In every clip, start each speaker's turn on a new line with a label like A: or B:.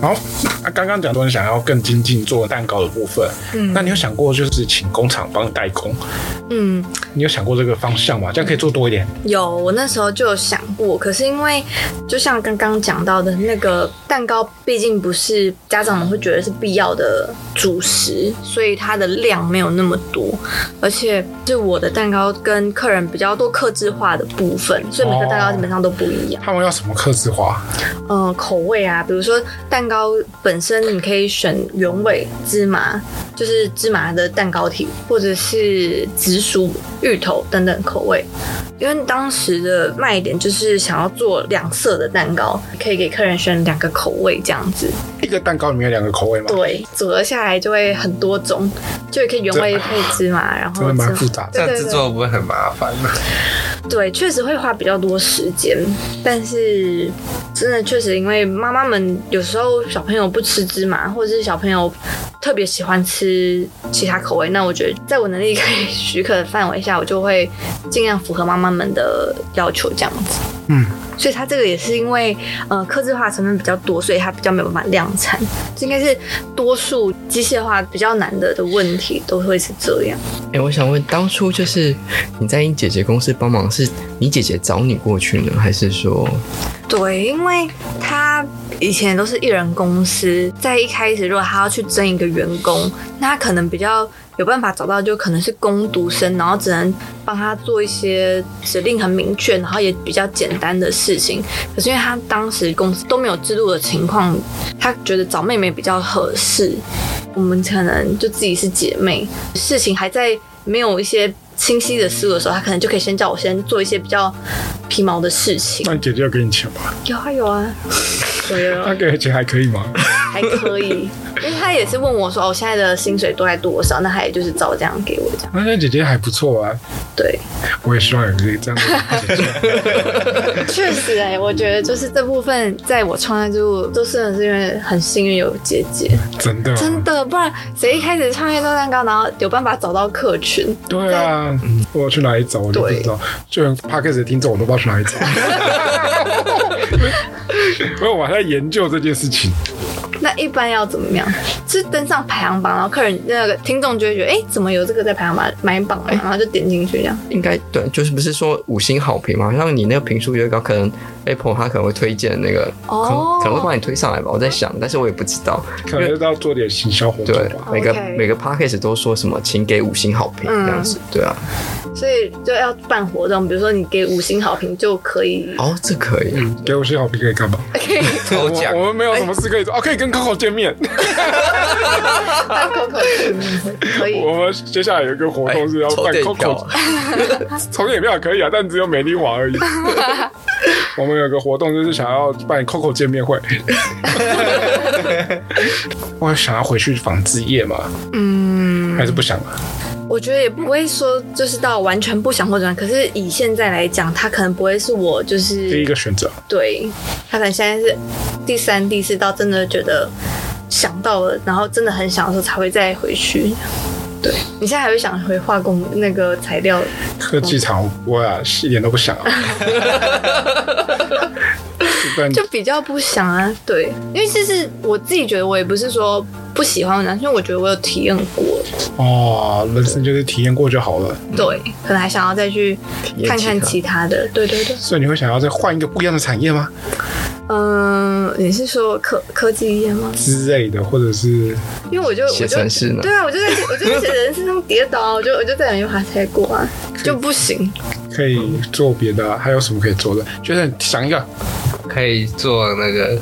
A: 好，那刚刚讲说你想要更精进做蛋糕的部分，嗯，那你有想过就是请工厂帮你代工？
B: 嗯，
A: 你有想过这个方向吗？这样可以做多一点。
B: 有，我那时候就有想过，可是因为就像刚刚讲到的那个蛋糕，毕竟不是家长们会觉得是必要的主食，所以它的量没有那么多，而且是我的蛋糕跟客人比较多克制化的部分，所以每个蛋糕基本上都不一样。
A: 他们要什么刻字化？
B: 嗯，口味啊，比如说蛋糕本身，你可以选原味芝麻，就是芝麻的蛋糕体，或者是紫薯、芋头等等口味。因为当时的卖点就是想要做两色的蛋糕，可以给客人选两个口味这样子。
A: 一个蛋糕里面有两个口味吗？
B: 对，组合下来就会很多种，就也可以原味配芝麻，然
A: 这
B: 后
A: 个蛮
B: 芝
A: 复杂的。
B: 对
C: 这
B: 对
C: 样
B: 对
C: 制作不会很麻烦吗？
B: 对，确实会花比较多时间，但是真的确实，因为妈妈们有时候小朋友不吃芝麻，或者是小朋友特别喜欢吃其他口味，那我觉得在我能力可以许可的范围下，我就会尽量符合妈妈们的要求这样子。
A: 嗯，
B: 所以它这个也是因为呃，克制化成分比较多，所以它比较没有办法量产，这应该是多数机械化比较难的的问题都会是这样。
D: 哎、我想问，当初就是你在你姐姐公司帮忙，是你姐姐找你过去呢，还是说
B: 对，因为他以前都是一人公司，在一开始如果他要去争一个员工，那他可能比较有办法找到，就可能是工读生，然后只能帮他做一些指令很明确，然后也比较简单的事情。可是因为他当时公司都没有制度的情况，他觉得找妹妹比较合适。我们可能就自己是姐妹，事情还在没有一些清晰的思路的时候，他可能就可以先叫我先做一些比较皮毛的事情。
A: 那你姐姐有给你钱吗？
B: 有啊有啊，有有
A: 她
B: 有
A: 给的钱还可以吗？
B: 还可以，因为他也是问我说，哦，现在的薪水都在多少？那他也就是照这样给我这样，
A: 那现在姐姐还不错啊，
B: 对，
A: 我也希望有一个这样的姐姐。
B: 确实哎、我觉得就是这部分在我创业之路，都真的是因为很幸运有姐姐，
A: 真的，
B: 真的，不然谁一开始创业做蛋糕，然后有办法找到客群？
A: 对啊，我要去哪里找我就不知道，就连 podcast 的听众我都不知道去哪里找。因为我还在研究这件事情，
B: 那一般要怎么样？是登上排行榜，然后客人那个听众就会觉得，哎、怎么有这个在排行榜买榜了？然后就点进去这样。
D: 应该对，就是不是说五星好评嘛？像你那个评数越高，可能 Apple 它可能会推荐那个，可能
B: 哦
D: 可能会帮你推上来吧。我在想，但是我也不知道。
A: 可能要做点行销活动
D: 对
A: 吧。，
D: 每个
B: 哦 OK
D: 每个 p a c k a g e 都说什么，请给五星好评
B: 嗯
D: 这样子，对啊。
B: 所以就要办活动，比如说你给五星好评就可以
D: 哦，这可以。
A: 嗯，给我些好评可以干嘛？
C: 抽奖
A: 哎我我们没有什么事可以做哦，可以跟 Coco 见面。
B: 办 Coco 可 以
A: 我们接下来有一个活动是要办
D: 哎抽电票啊
A: Coco，抽电票可以啊，但只有美丽华而 已。我们有个活动就是想要办 Coco 见面 会。我想要回去纺织业嘛，
B: 嗯，
A: 还是不想啊？
B: 我觉得也不会说就是到完全不想或者怎么样，可是以现在来讲，他可能不会是我就
A: 第一
B: 是
A: 个选择，
B: 对，他可能现在是第三、第四到真的觉得想到了，然后真的很想的时候才会再回去。对你现在还会想回化工那个材料？
A: 科技厂我啊一点都不 想啊。但
B: 就比较不想啊，对，因为就是我自己觉得我也不是说不喜欢男生，因为我觉得我有体验过，
A: 哦，人生就是体验过就好了。
B: 对，可能还想要再去
D: 验
B: 看看其
D: 其
B: 他的，对对对，
A: 所以你会想要再换一个不一样的产业吗？
B: 嗯、你是说科科技业吗？
A: 之类的，或者是
B: 因为我就我
D: 写
B: 就
D: 程式呢
B: 对啊，我就在我就在 写人身上跌倒啊，我就我就在没法猜过啊，就不行，
A: 可以做别的啊、还有什么可以做的？就是想一个，
C: 可以做那个。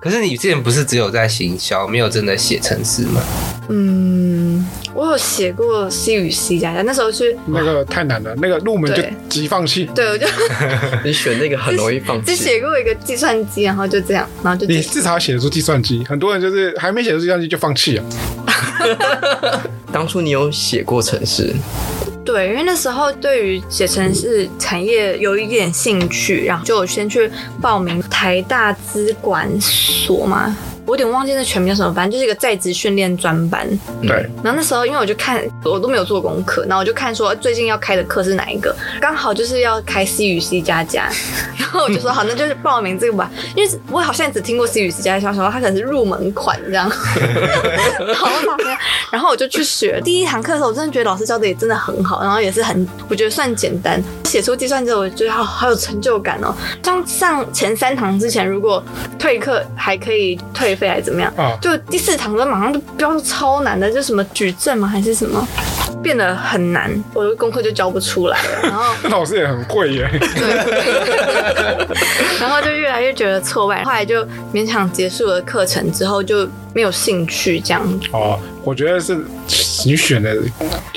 C: 可是你之前不是只有在行销，没有真的写程式吗？
B: 嗯，我有写过 C 与 C 加加，那时候是
A: 那个太难了，那个入门就
B: 对
A: 即放弃。
B: 对我就
D: 你选那个很容易放
B: 只
D: 弃。
B: 写过一个计算机，然后就这样，然后就
A: 你至少要写得出计算机，很多人就是还没写出计算机就放弃啊了。
D: 当初你有写过程式，
B: 对，因为那时候对于写程式产业有一点兴趣，然后就有先去报名台大资管所嘛。我有点忘记那全名叫什么，反正就是一个在职训练专班。
A: 对，
D: 嗯
B: 然后那时候因为我就看我都没有做功课，然后我就看说最近要开的课是哪一个，刚好就是要开 C 与 C 加加， 然后我就说好，那就是报名这个吧，因为我好像只听过 C 与 C 加加，想说它可能是入门款这样， 然后我就然后我就去学第一堂课的时候，我真的觉得老师教的也真的很好，然后也是很我觉得算简单，写出计算之后，我觉得好好有成就感哦。像上前三堂之前，如果退课还可以退费还是怎么样，
A: 啊
B: 就第四堂的马上就标超难的，就什么矩阵嘛还是什么，变得很难，我的功课就交不出来了，然后。
A: 那老师也很会耶，
B: 然后就越来越觉得挫败，后来就勉强结束了课程之后就没有兴趣这样子。
A: 哦，我觉得是你选的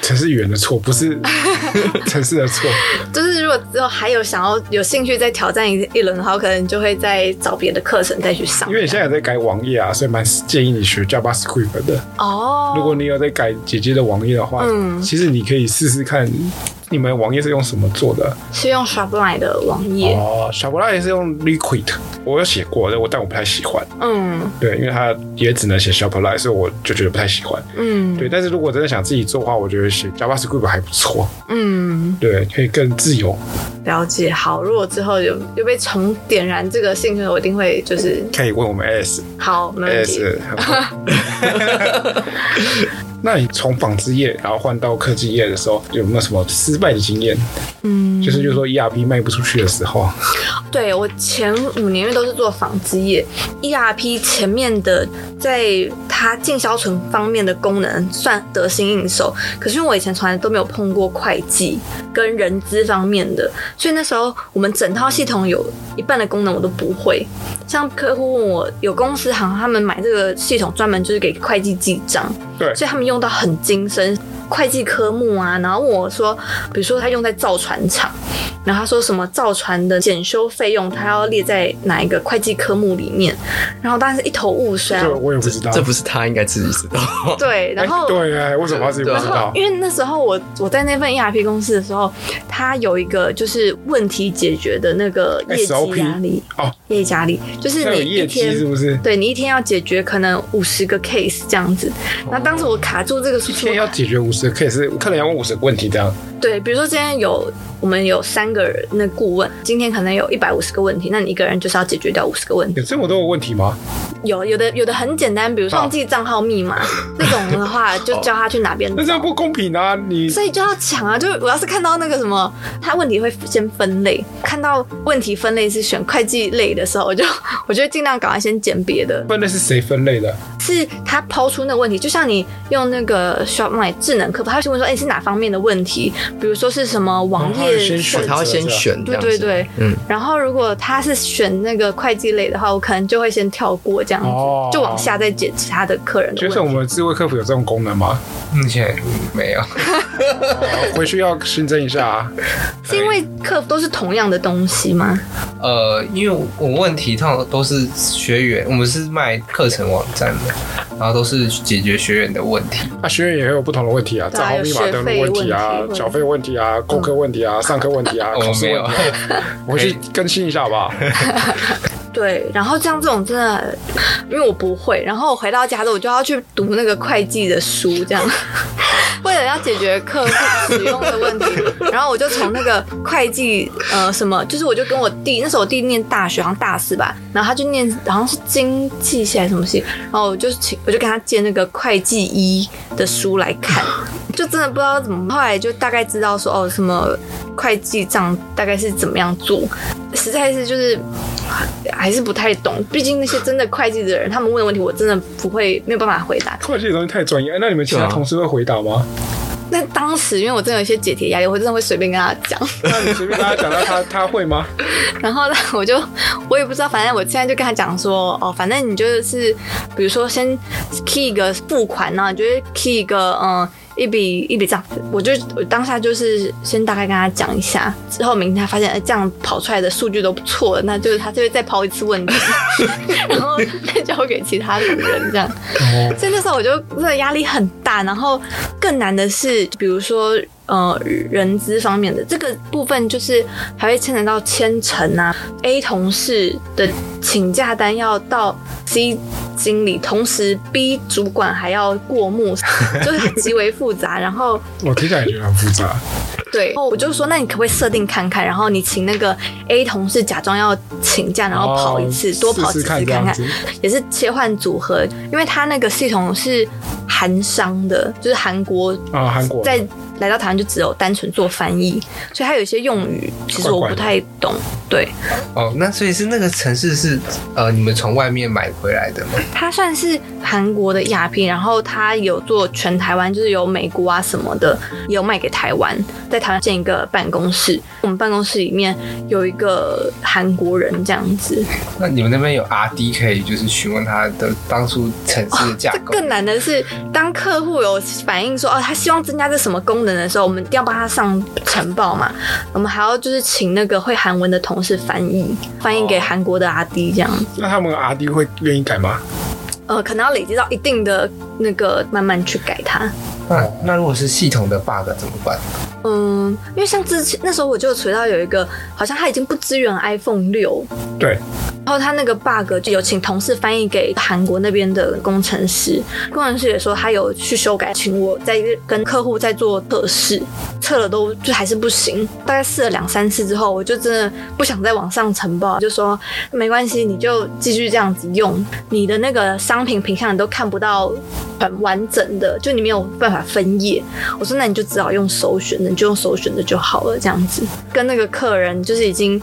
A: 程市语言的错，不是 城市的错。
B: 就是如果之后还有想要有兴趣再挑战一一轮的话，我可能就会再找别的课程再去上
A: 因。为你现在也在改网页啊，所以蛮建议你学 JavaScript 的。
B: 哦，
A: 如果你有在改姐姐的网页的话，
B: 嗯
A: 其实你可以试试看，你们网页是用什么做的？
B: 是用 Shopline 的网页，
A: 哦，小布拉也是用 Liquid，我有写过，但我但我不太喜欢。
B: 嗯
A: 对，因为它也只能写 s h o p l i 所以我就觉得不太喜欢。
B: 嗯
A: 对，但是如果真的想自己做的话，我觉得写 JavaScript 还不错，
B: 嗯，
A: 对，可以更自由，
B: 了解。好，如果之后有有被重点燃这个兴趣，我一定会就是
A: 可以问我们 S
B: 好，没问题。
A: S。那你从纺织业然后换到科技业的时候，有没有什么失败的经验？
B: 嗯，
A: 就是就是说 ERP 卖不出去的时候，
B: 对我前五年因为都是做纺织业，ERP 前面的在它进销存方面的功能算得心应手，可是因为我以前从来都没有碰过会计跟人资方面的，所以那时候我们整套系统有一半的功能我都不会。像客户问我，有公司行他们买这个系统专门就是给会计记账，
A: 对
B: 所以他们用到很精深会计科目啊，然后问我说，比如说他用在造船厂，然后他说什么造船的检修费用，他要列在哪一个会计科目里面，然后当时一头雾水啊
A: 这，我也不知道。
D: 这不是他应该自己知道。
B: 对，然后
A: 哎。对哎，为什么要自己不
D: 对
A: 知道？
B: 因为那时候我我在那份 ERP 公司的时候，它有一个就是问题解决的那个业绩
A: SOP
B: 压力，
A: 哦，
B: 业绩压力就是
A: 那有
B: 你一
A: 业绩
B: 天
A: 是不是？
B: 对你一天要解决可能五十个 case 这样子。
A: 哦
B: 那当时我卡住这个
A: 一
B: 数
A: 天要解决五十个 case，客人要问五十个问题这样。
B: 对，比如说今天有我们有三个人那顾问，今天可能有一百五十个问题，那你一个人就是要解决掉五十个问题。
A: 有这么多的问题吗？
B: 有有的有的很简单，比如说
A: 哦
B: 忘记账号密码、那种 的话，就叫他去哪边
A: 那这样
B: 找。
A: 不公平啊！你
B: 所以就要抢啊！就是我要是看到那个什么，他问题会先分类，看到问题分类是选会计类的时候，我就 我就会尽量赶快先捡别的。
A: 分类是谁分类的？
B: 是他抛出那个问题，就像你用那个 Shopify 智能客服，他会问说：“哎、是哪方面的问题？比如说是什么网
A: 哦他
B: 页
A: 会先
B: 设
A: 选
B: 计
D: 他会先选，
B: 对对，对，
D: 嗯
B: 然后如果他是选那个会计类的话，我可能就会先跳过这样子，
A: 哦
B: 就往下再解其他的客人的
A: 就
B: 问
A: 是
B: 题。
A: 我们智慧客服有这种功能 吗？
C: 目前没有。
A: 哦回去要新增一下啊。
B: 是因为客服都是同样的东西吗？
C: 呃，因为我问题通常都是学员，我们是卖课程网站的，然后都是解决学员的问题。
A: 啊，学员也会有不同的问题啊，
B: 对
A: 账
B: 啊
A: 号密码
B: 有学
A: 登录
B: 费
A: 问题啊
B: 问，题嗯
A: 缴费问题啊，购课问题啊，上课问题啊，
C: 我
A: 考
C: 们
A: 试
C: 没
A: 问
C: 有
A: 题。，我 回去更新一下 吧。
B: 对，然后像这种真的，因为我不会，然后我回到家之后我就要去读那个会计的书，这样， 为了要解决客户使用的问题，然后我就从那个会计呃什么，就是我就跟我弟，那时候我弟念大学，好像大四吧，然后他就念好像是经济系还是什么系，然后我就请我就跟他借那个会计一的书来看，就真的不知道怎么，后来就大概知道说哦什么会计账大概是怎么样做，实在是就是还是不太懂，毕竟那些真的会计的人，他们问的问题我真的不会没有办法回答。
A: 会计的东西太专业，哎那你们其他
D: 对啊
A: 同事会回答吗？
B: 那当时因为我真的有一些解题压力，我真的会随便跟他讲，
A: 那你随便跟他讲到他 他会吗？
B: 然后呢，我就我也不知道，反正我现在就跟他讲说，哦，反正你就是呃比如说先 key 一个付款呢、啊，你就是 key 一个嗯。呃一笔一笔账，我就我当下就是先大概跟他讲一下，之后明天他发现，哎、这样跑出来的数据都不错，那就是他就会再抛一次问题， 然后再交给其他的人这样。
A: 哦
B: 所以那时候我就真的压力很大，然后更难的是，比如说呃人资方面的这个部分，就是还会牵扯到签呈啊，A 同事的请假单要到 C 经理，同时逼主管还要过目， 就是极为复杂。然后
A: 我听起来也觉得很复杂。
B: 对，然后我就说，那你可不可以设定看看？然后你请那个 A 同事假装要请假，然后跑一次，
A: 哦
B: 多跑
A: 试
B: 几
A: 试
B: 次
A: 看这样
B: 看
A: 子。
B: 也是切换组合，因为他那个系统是韩商的，就是韩国
A: 啊，韩国
B: 在来到台湾就只有单纯做翻译，所以他有一些用语其实我不太懂。对，
C: 哦，那所以是那个城市是呃，你们从外面买回来的吗？
B: 它算是韩国的亚片，然后它有做全台湾，就是有美国啊什么的，也有卖给台湾，在台湾建一个办公室，我们办公室里面有一个韩国人这样子。
C: 那你们那边有 RD 可以就是询问他的当初城市的架
B: 哦这
C: 构？
B: 更难的是，当客户有反映说哦，他希望增加这什么功能的时候，我们一定要帮他上晨报嘛。我们还要就是请那个会韩文的同事翻译，翻译给韩国的阿弟这样。
A: 那他们阿弟会愿意改吗？
B: 呃，可能要累积到一定的那个，慢慢去改它。
C: 那那如果是系统的 bug 怎么办？
B: 嗯，因为像之前那时候我就有处理到有一个，好像他已经不支援 iPhone 六，
A: 对，
B: 然后他那个 bug 就有请同事翻译给韩国那边的工程师，工程师也说他有去修改，请我在跟客户在做测试，测了都就还是不行，大概试了两三次之后，我就真的不想再往上呈报，就说没关系，你就继续这样子用，你的那个商品品相你都看不到很完整的，就你没有办法分页。我说那你就只好用首选的，你就用首选的就好了，这样子跟那个客人就是已经。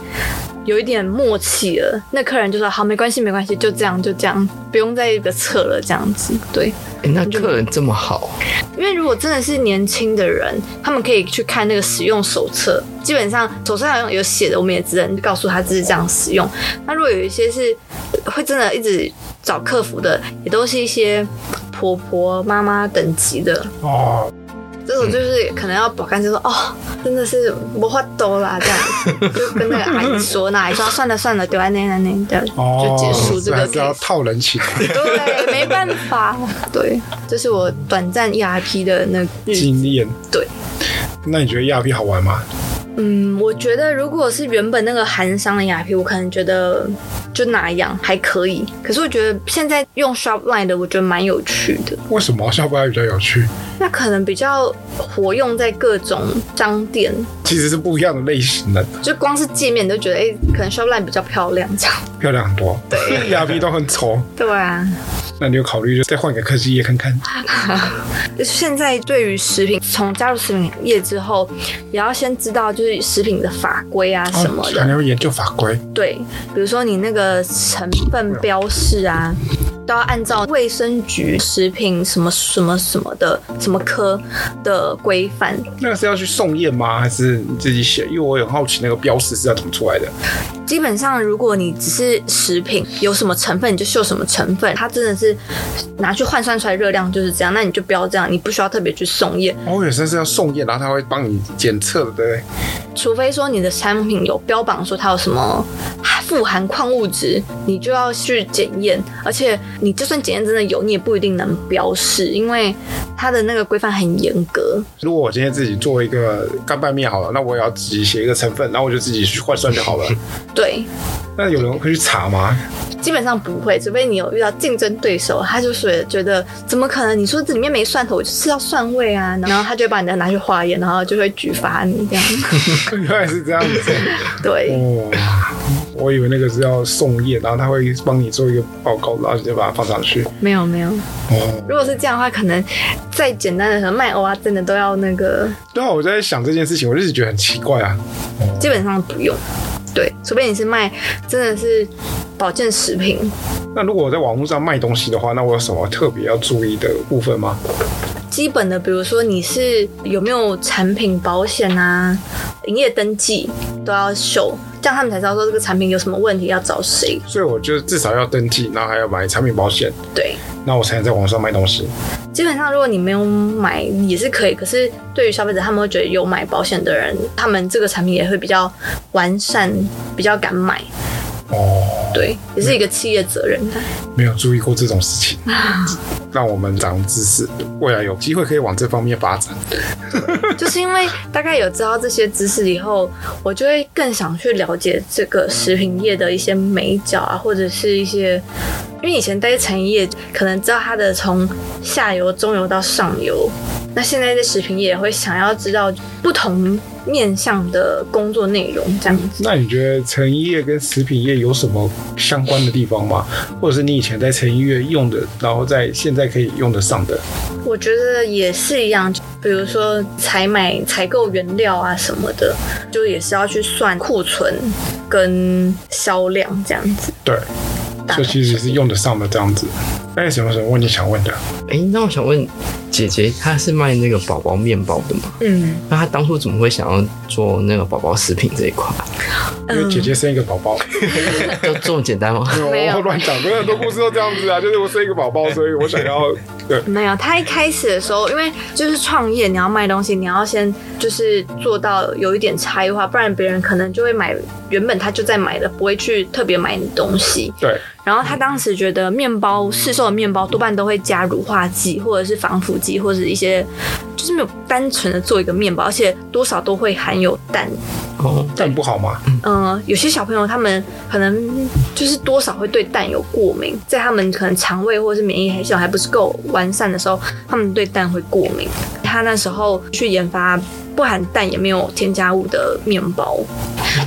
B: 有一点默契了，那客人就说好，没关系，没关系，就这样，就这样，不用再测了，这样子，对。
D: 哎、那客人这么好，
B: 因为如果真的是年轻的人，他们可以去看那个使用手册，基本上手册上有写的，我们也只能告诉他这是这样使用。那如果有一些是呃会真的一直找客服的，也都是一些婆婆妈妈等级的，
A: 哦，
B: 这种就是可能要保干就说哦，真的是没法兜啦，这样就跟那个阿姨说，那阿姨说算了算了，丢在那那那这样
A: 哦
B: 就结束这
A: 还
B: 个
A: 是要
B: case。
A: 套人情。
B: 对，没办法，对，这是我短暂 ERP 的那个日
A: 经验。
B: 对。
A: 那你觉得 ERP 好玩吗？
B: 嗯，我觉得如果是原本那个韩商的雅皮，我可能觉得就那样还可以。可是我觉得现在用 Shopline 的，我觉得蛮有趣的。
A: 为什么校外比较有趣？
B: 那可能比较活用在各种商店，
A: 其实是不一样的类型的，
B: 就光是界面你都觉得，哎、可能 Shopline 比较漂亮这样。
A: 漂亮很多。对，ERP 都很丑。
B: 对啊，
A: 那你有考虑就再换个科技业看看？
B: 就是现在对于食品，从加入食品业之后，也要先知道就是食品的法规啊什么
A: 哦
B: 的。
A: 还要研究法规。
B: 对，比如说你那个成分标示啊，都要按照卫生局食品什么什么什么的什么科的规范。
A: 那个是要去送验吗？还是你自己写？因为我很好奇那个标识是要怎么出来的。
B: 基本上，如果你只是食品有什么成分你就秀什么成分，它真的是拿去换算出来热量就是这样，那你就不要这样，你不需要特别去送验，
A: 哦，有些是要送验，然后他会帮你检测的，对不对？
B: 除非说你的产品有标榜说它有什么富含矿物质，你就要去检验。而且你就算检验真的有，你也不一定能标示，因为它的那个规范很严格。
A: 如果我今天自己做一个干拌面好了，那我也要自己写一个成分，然后我就自己去换算就好了。
B: 对，
A: 那有人会去查吗？
B: 基本上不会，除非你有遇到竞争对手，他就是觉得怎么可能？你说这里面没蒜头，我就是要蒜味啊，然后他就会把你的拿去化验，然后就会举发你这样。
A: 原来是这样子。
B: 对。
A: 哦，我以为那个是要送验，然后他会帮你做一个报告，然后直接把它放上去。
B: 没有没有，
A: 哦，
B: 如果是这样的话，可能再简单的可能卖欧啊，真的都要那个，
A: 对啊，我在想这件事情，我就是觉得很奇怪啊。
B: 基本上不用。对，除非你是卖真的是保健食品，
A: 那如果我在网络上卖东西的话，那我有什么特别要注意的部分吗？
B: 基本的，比如说你是有没有产品保险啊、营业登记都要秀，这样他们才知道说这个产品有什么问题要找谁。
A: 所以我就至少要登记，然后还要买产品保险，
B: 对，
A: 那我才能在网上卖东西。
B: 基本上如果你没有买也是可以，可是对于消费者，他们会觉得有买保险的人，他们这个产品也会比较完善，比较敢买。
A: 哦，
B: 对，也是一个企业责任啊感。
A: 没有注意过这种事情， 让我们长知识，未来有机会可以往这方面发展。
B: 就是因为大概有知道这些知识以后，我就会更想去了解这个食品业的一些美角啊，或者是一些，因为以前待在产业，可能知道它的从下游、中游到上游。那现在在食品业也会想要知道不同面向的工作内容，这样子。
A: 那你觉得成衣业跟食品业有什么相关的地方吗？或者是你以前在成衣业用的，然后在现在可以用得上的？
B: 我觉得也是一样，比如说采买、采购原料啊什么的，就也是要去算库存跟销量这样子。
A: 对，
B: 大
A: 这
B: 概
A: 其实是用得上的这样子。那有什么什么问题想问的？
D: 哎、那我想问姐姐，她是卖那个宝宝面包的吗？
B: 嗯。
D: 那她当初怎么会想要做那个宝宝食品这一块？啊
A: 因为姐姐生一个宝宝，
D: 就这么简单吗？
B: 嗯没有
A: 我乱讲，有很多故事都这样子啊，就是我生一个宝宝，所以我想 要对。
B: 没有，他一开始的时候，因为就是创业，你要卖东西，你要先就是做到有一点差异化，不然别人可能就会买原本他就在买的，不会去特别买你东西。
A: 对，
B: 然后他当时觉得面包市售的面包多半都会加乳化剂或者是防腐剂，或者是一些就是没有单纯的做一个面包，而且多少都会含有蛋。
D: 哦，
A: 但不好嘛，
B: 嗯、有些小朋友他们可能就是多少会对蛋有过敏，在他们可能肠胃或是免疫系统还不是够完善的时候，他们对蛋会过敏。他那时候去研发不含蛋也没有添加物的面包，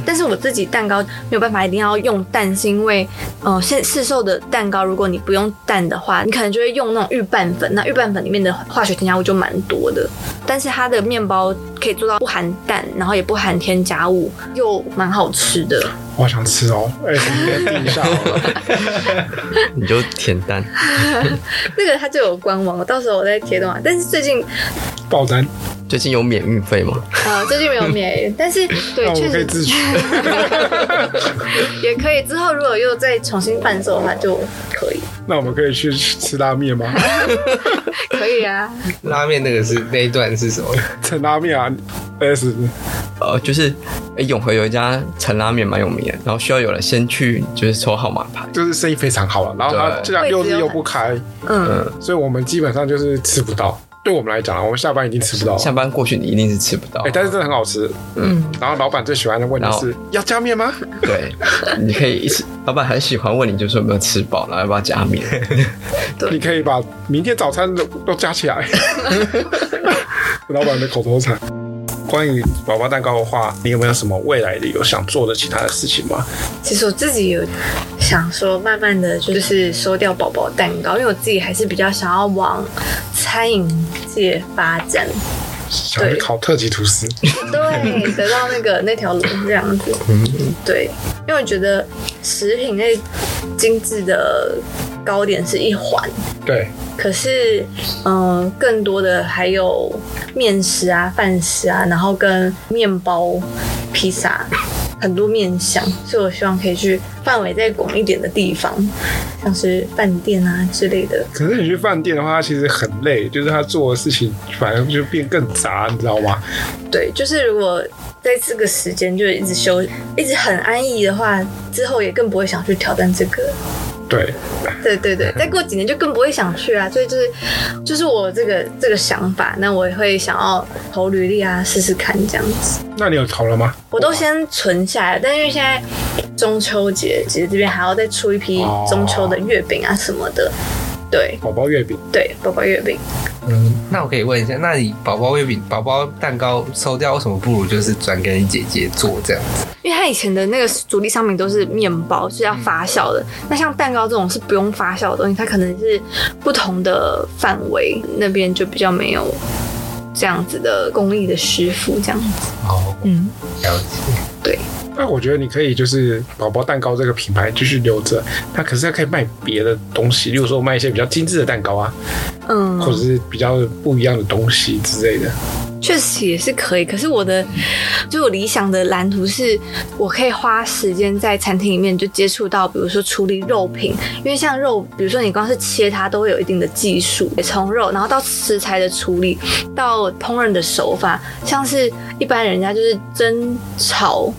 B: 但是我自己蛋糕没有办法一定要用蛋，是因为呃，现市售的蛋糕如果你不用蛋的话，你可能就会用那种预拌粉，那预拌粉里面的化学添加物就蛮多的。但是它的面包可以做到不含蛋，然后也不含添加物，又蛮好吃的。
A: 我好想吃哦。哎、你先定一下好了。
D: 你就填单，
B: 那个它就有官网，到时候我再贴的嘛。但是最近
A: 爆单，
D: 最近有免运费吗？
B: 呃，最近没有免疫，但是对
A: 那，我
B: 确
A: 可以
B: 实
A: 自取。
B: 也可以。之后如果又再重新贩售的话，就可以，
A: 那我们可以去吃拉面 吗？
B: 可以啊。
C: 拉面那个是那一段是什么？
A: 吃拉面啊，S
D: 呃，就是、诶永和有一家陈拉面蛮有名的，然后需要有人先去就是抽号码牌，
A: 就是生意非常好了，啊然后他
D: 对
A: 这样六日又不开，
B: 嗯，
A: 所以我们基本上就是吃不到。对我们来讲啊，我们下班已经吃不到了。
D: 下班过去你一定是吃不到。
A: 哎、但是真的很好吃。
D: 嗯，
A: 然后老板最喜欢的问题是要加面吗？
D: 对，你可以一直，老板很喜欢问你，就是有没有吃饱，然后要不要加面。
B: 对
A: 你可以把明天早餐都都加起 来。老板的口头禅。关于宝宝蛋糕的话，你有没有什么未来的有想做的其他的事情吗？
B: 其实我自己有想说，慢慢的就是收掉宝宝蛋糕，因为我自己还是比较想要往餐饮界发展，
A: 想去考特级厨师，
B: 对，得到那个那条龙这样子。对，因为我觉得食品类精致的糕点是一环，
A: 对，
B: 可是，嗯、更多的还有面食啊、饭食啊，然后跟面包、披萨，很多面向，所以我希望可以去范围再广一点的地方，像是饭店啊之类的。
A: 可是你去饭店的话，它其实很累，就是他做的事情反而就变更杂，你知道吗？
B: 对，就是如果在这个时间就一直休，一直很安逸的话，之后也更不会想去挑战这个。
A: 对，
B: 对对对，再过几年就更不会想去啊，所以就是就是我这个这个想法，那我也会想要投履历啊，试试看这样子。
A: 那你有投了吗？
B: 我都先存下来，但因为现在中秋节，其实这边还要再出一批
A: 嗯哦
B: 中秋的月饼啊什么的。对
A: 宝宝月饼，
B: 对，包括月饼，
C: 嗯，那我可以问一下，那你宝宝月饼、宝宝蛋糕收掉，为什么不如就是转给你姐姐做这样子？
B: 因为它以前的那个主力商品都是面包，是要发酵的。
A: 嗯
B: 那像蛋糕这种是不用发酵的东西，它可能是不同的范围那边就比较没有这样子的工艺的师傅这样子。
C: 哦，
B: 嗯，
C: 了解。
A: 那我觉得你可以就是宝宝蛋糕这个品牌继续留着，那可是它可以卖别的东西，例如说卖一些比较精致的蛋糕啊，
B: 嗯，
A: 或者是比较不一样的东西之类的。
B: 确实也是可以，可是我的就我理想的蓝图是，我可以花时间在餐厅里面就接触到，比如说处理肉品，因为像肉，比如说你光是切它都会有一定的技术，从肉然后到食材的处理，到烹饪的手法，像是一般人家就是蒸、炒、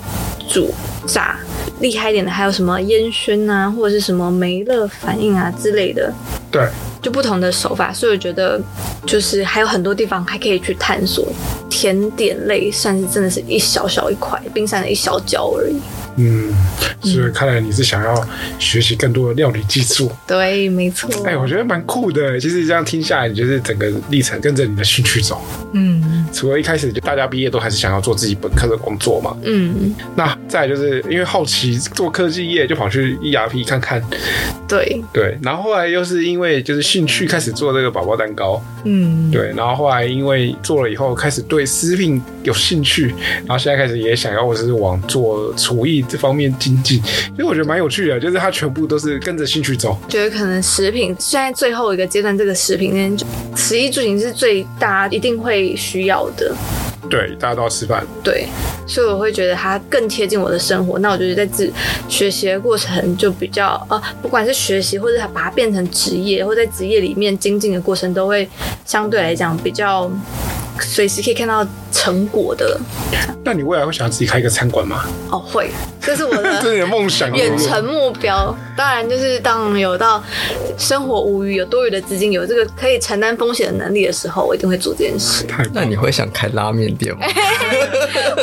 B: 煮、炸。厉害一点的还有什么烟熏啊，或者是什么梅勒反应啊之类的，
A: 对，
B: 就不同的手法，所以我觉得就是还有很多地方还可以去探索。甜点类算是真的是一小小一块冰山的一小角而已。
A: 嗯，所以看来你是想要学习更多的料理技术。
B: 对，没错。
A: 哎、我觉得蛮酷的。其实这样听下来，你就是整个历程跟着你的兴趣走。
D: 嗯，
A: 除了一开始就大家毕业都还是想要做自己本科的工作嘛，
B: 嗯，
A: 那再来就是因为好奇做科技业，就跑去 ERP 看看。
B: 对，
A: 对，然后后来又是因为就是兴趣开始做这个宝宝蛋糕。
D: 嗯，
A: 对，然后后来因为做了以后，开始对食品有兴趣，然后现在开始也想要，我是往做厨艺这方面精进，因为我觉得蛮有趣的，就是它全部都是跟着兴趣走。
B: 觉得可能食品现在最后一个阶段，这个食品链就食衣住行是最大家一定会需要的，
A: 对，大家都要吃饭。
B: 对，所以我会觉得它更贴近我的生活。那我觉得在自学习的过程就比较呃，不管是学习或者把它变成职业，或在职业里面精进的过程，都会相对来讲比较随时可以看到成果的。
A: 那你未来会想要自己开一个餐馆吗？
B: 哦，会，这是我 的
A: 这是你的梦想吗。
B: 远程目标，当然就是当有到生活无余、有多余的资金、有这个可以承担风险的能力的时候，我一定会做这件事
A: 太棒了
D: 那你会想开拉面店吗？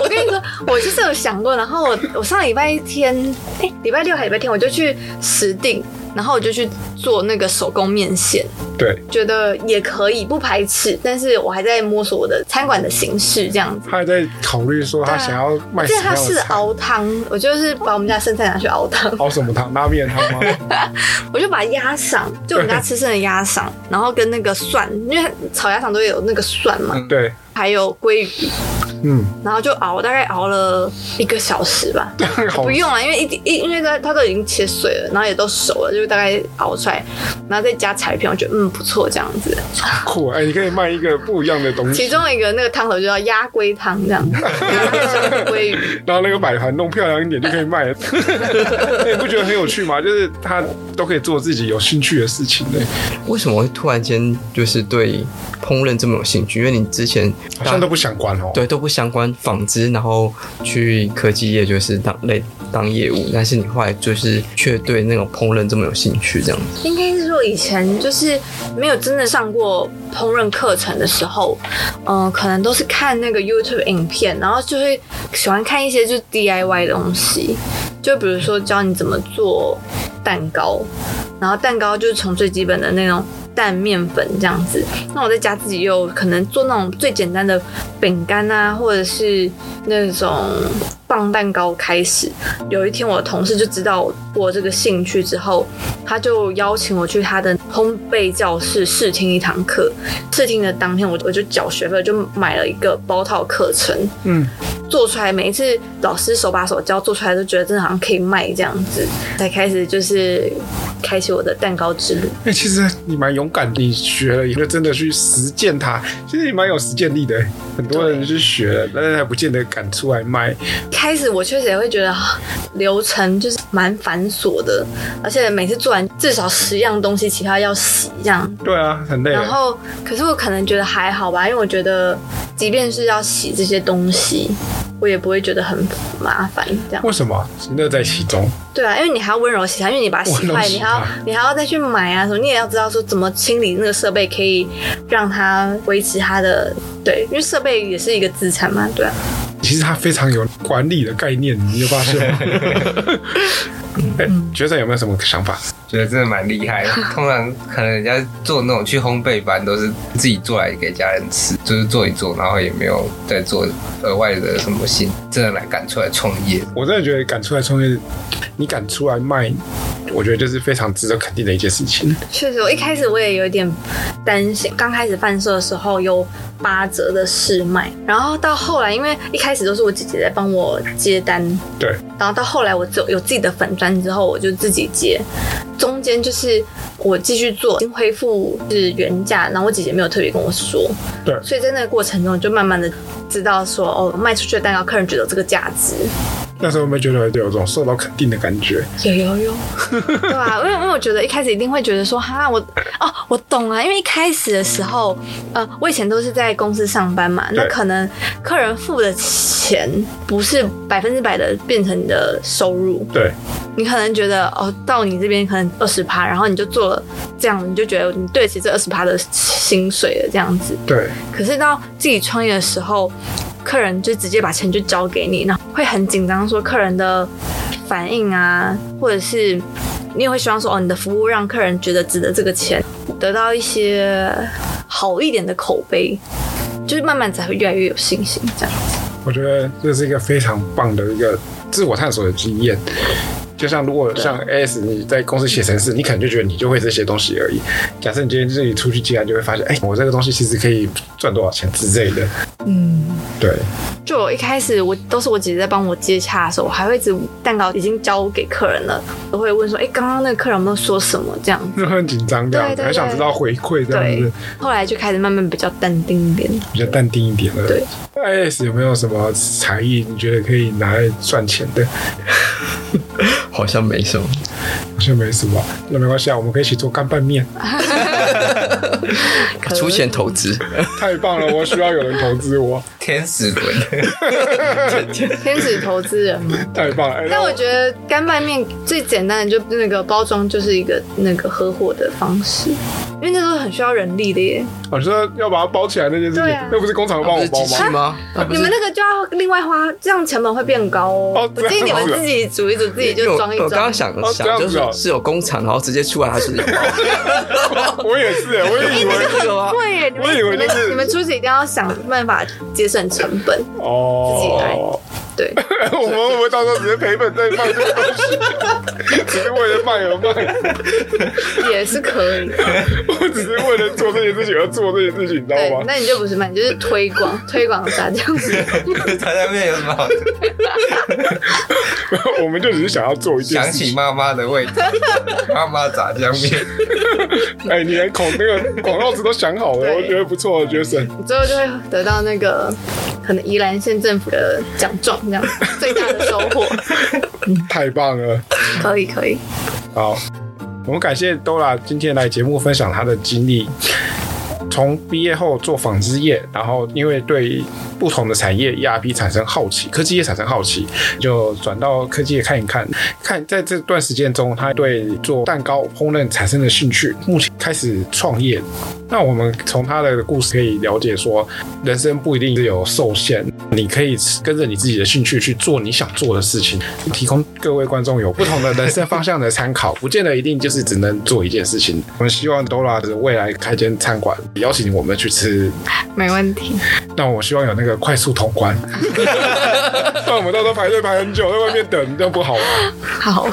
B: 我跟你说，我就是有想过，然后我我上礼拜天，哎、礼拜六还礼拜天，我就去实定，然后我就去做那个手工面线，
A: 对，
B: 觉得也可以，不排斥，但是我还在摸索我的餐馆的形式这样子。
A: 他还在考虑说他想要卖什
B: 这
A: 么样
B: 它
A: 的
B: 是
A: 菜。
B: 熬汤，我就是把我们家剩菜拿去熬汤，
A: 熬什么汤？拉面汤 吗？
B: 我就把鸭嗓，就我们家吃剩的鸭嗓，然后跟那个蒜，因为炒鸭嗓都会有那个蒜嘛，
C: 嗯
A: 对，
B: 还有鲑鱼，
A: 嗯，
B: 然后就熬，大概熬了一个小时吧。
A: 好
B: 不，用了，因为一滴一因为它它都已经切碎了，然后也都熟了，就是大概熬出来，然后再加柴片，我觉得嗯不错这样子。
A: 酷哎、你可以卖一个不一样的东
B: 其
A: 西，
B: 中一个那个汤头就叫鸭龟汤这样， 然后配上鲑鱼，
A: 然后那个摆盘弄漂亮一点就可以 卖了。哎你不觉得很有趣吗？就是他都可以做自己有兴趣的事情哎呢、
D: 为什么会突然间就是对烹饪这么有兴趣？因为你之前
A: 好像都不想管哦、
D: 对都不相关纺织，然后去科技业就是当类当业务，但是你后来就是却对那种烹饪这么有兴趣，这样子。
B: 应该是说以前就是没有真的上过烹饪课程的时候，嗯、可能都是看那个 YouTube 影片，然后就会喜欢看一些就是 DIY 的东西，就比如说教你怎么做蛋糕，然后蛋糕就是从最基本的那种蛋面粉这样子。那我在家自己又可能做那种最简单的饼干啊，或者是那种棒蛋糕开始。有一天我的同事就知道我这个兴趣之后，他就邀请我去他的烘焙教室试听一堂课。试听的当天我我就缴学费，就买了一个包套课程。
A: 嗯，
B: 做出来，每一次老师手把手教做出来，都觉得真的好像可以卖这样子，才开始就是开启我的蛋糕之路。
A: 哎、其实你蛮勇敢的，你学了以后真的去实践它，其实你蛮有实践力的、很多人去学了，但是还不见得敢出来卖。
B: 开始我确实也会觉得啊流程就是蛮繁琐的，而且每次做完至少十样东西，其他要洗这样。
A: 对啊，很累、
B: 然后，可是我可能觉得还好吧，因为我觉得即便是要洗这些东西，我也不会觉得很麻烦这样。
A: 为什么？乐在其中。
B: 对啊，因为你还要温柔洗它，因为你把它洗
A: 温柔
B: 坏，
A: 洗
B: 你还要
A: 它
B: 你还要再去买啊什么，你也要知道说怎么清理那个设备，可以让它维持它的对，因为设备也是一个资产嘛，对啊。
A: 其实他非常有管理的概念，你有发现 吗？哎、学长有没有什么想法？
C: 觉得真的蛮厉害的。通常可能人家做那种去烘焙班都是自己做来给家人吃，就是做一做，然后也没有再做额外的什么心，真的来敢出来创业。
A: 我真的觉得敢出来创业，你敢出来卖，我觉得就是非常值得肯定的一件事情。
B: 确实，我一开始我也有一点担心。刚开始贩售的时候有八折的试卖，然后到后来，因为一开始都是我姐姐在帮我接单，
A: 对，
B: 然后到后来我只有有自己的粉砖之后，我就自己接。中间就是我继续做，已经恢复是原价，然后我姐姐没有特别跟我说，
A: 对
B: 所以在那个过程中，我就慢慢的知道说，哦，卖出去的蛋糕，客人觉得有这个价值，
A: 那时候有没有觉得有种受到肯定的感觉？
B: 有有有， 对啊，因为因为我觉得一开始一定会觉得说，哈，我哦，我懂了、因为一开始的时候，呃，我以前都是在公司上班嘛，那
A: 对
B: 可能客人付的钱不是百分之百的变成你的收入，
A: 对，
B: 你可能觉得哦，到你这边可能二十趴，然后你就做了这样，你就觉得你对得起这二十趴的薪水了这样子。
A: 对，
B: 可是到自己创业的时候，客人就直接把钱就交给你，然后会很紧张，说客人的反应啊，或者是你也会希望说哦，你的服务让客人觉得值得这个钱，得到一些好一点的口碑，就是慢慢才会越来越有信心这样。
A: 我觉得这是一个非常棒的一个自我探索的经验。就像如果像 AS 你在公司写程式，你可能就觉得你就会这些东西而已。假设你今天自己出去接案，就会发现，哎、我这个东西其实可以赚多少钱之类的。
B: 嗯，
A: 对，
B: 就我一开始我都是我姐姐在帮我接洽的时候，我还会一直蛋糕已经交给客人了，我会问说，哎、刚刚那个客人有没有说什么这样子？
A: 就很紧张这样
B: 对
A: 子，
B: 对
A: 很想知道回馈这样
B: 对
A: 子，，
B: 后来就开始慢慢比较淡定一点。
A: 比较淡定一点了。
B: 对
A: ，AS 有没有什么才艺你觉得可以拿来赚钱的？
D: 好像没什么。
A: 好像没什么，那没关系啊，我们可以一起做干拌 面。
B: 可
D: 出钱投资，
A: 太棒了，我需要有人投资 我，
C: 天使轮，
B: 天使投资人嘛。
A: 太棒了。哎
B: 但我觉得干拌面最简单的就那个包装就是一个那个合伙的方式，因为那都是很需要人力的耶。
A: 我说要把它包起来那件事情，
B: 对啊
A: 那不是工厂帮
D: 不
A: 我
D: 是
A: 包
D: 机器
A: 吗？
D: 吗？啊不
B: 你
D: 是
B: 们那个就要另外花，这样成本会变高哦。
A: 哦
B: 我建议你们
A: 这样子啊
B: 自己煮一煮，自己
D: 因为
B: 就
D: 我
B: 装一
D: 我刚
B: 装
D: 刚。想
A: 哦这
D: 想
A: 样子
D: 就是
A: 哦
D: 是有工厂，然后直接出来它是有 包
A: 我也是、哎，我也 以为
D: 这个吗？
B: 对耶，你
A: 我以为
B: 们你
A: 就是
B: 们你们出去一定要想办法节省成本，
A: 哦，
B: 对，
A: 我们会不会到时候直接赔本再卖这个东西？只是为了卖而 卖，
B: 也是可 以的。
A: 我只是为了做这件事情而做这件事情，你知
B: 对
A: 道，吗？
B: 那你就不是卖，你就是推广推广啥这 样子。
C: 他在那边有什么好？
A: 我们就只是想要做一件
C: 想
A: 事
C: 起
A: 情。
C: 妈妈的味道，妈妈炸酱面，
A: 哎、你连口那个广告词都想好了，
B: 对
A: 我觉得不错，Jason。
B: 你最后就会得到那个可能宜兰县政府的奖状，这样最大的收 获。
A: 太棒了。
B: 可以可以，
A: 好，我们感谢 Dora 今天来节目分享她的经历，从毕业后做纺织业，然后因为对不同的产业 ERP 产生好奇，科技业产生好奇，就转到科技业看一看。看在这段时间中，她对做蛋糕烹饪产生了兴趣，目前开始创业。那我们从她的故事可以了解说，人生不一定是有受限，你可以跟着你自己的兴趣去做你想做的事情，提供各位观众有不同的人生方向的参考，不见得一定就是只能做一件事情。 我们希望 Dora 的未来开间餐馆，邀请我们去吃，
B: 没问题。
A: 那我希望有那个快速通关， 那我们到时候排队排很久，在外面等，这样不好玩。
B: 好，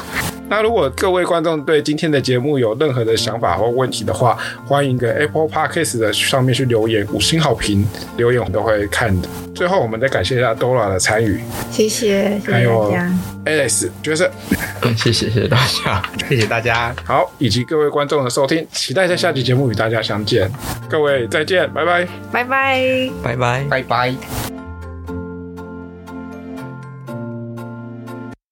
A: 那如果各位观众对今天的节目有任何的想法或问题的话，欢迎跟 Apple Podcast 的上面去留言，五星好评留言我们都会看的。最后，我们再感谢一下 Dora 的参与
B: 谢谢谢谢
A: 还有
B: 大家，
A: ，Alex 角色
D: 嗯， 谢谢谢谢大家。
C: 谢谢大家。
A: 好，以及各位观众的收听，期待在下期节目与大家相见。各位再见，拜拜。
B: 拜拜。
D: 拜拜。
C: 拜拜。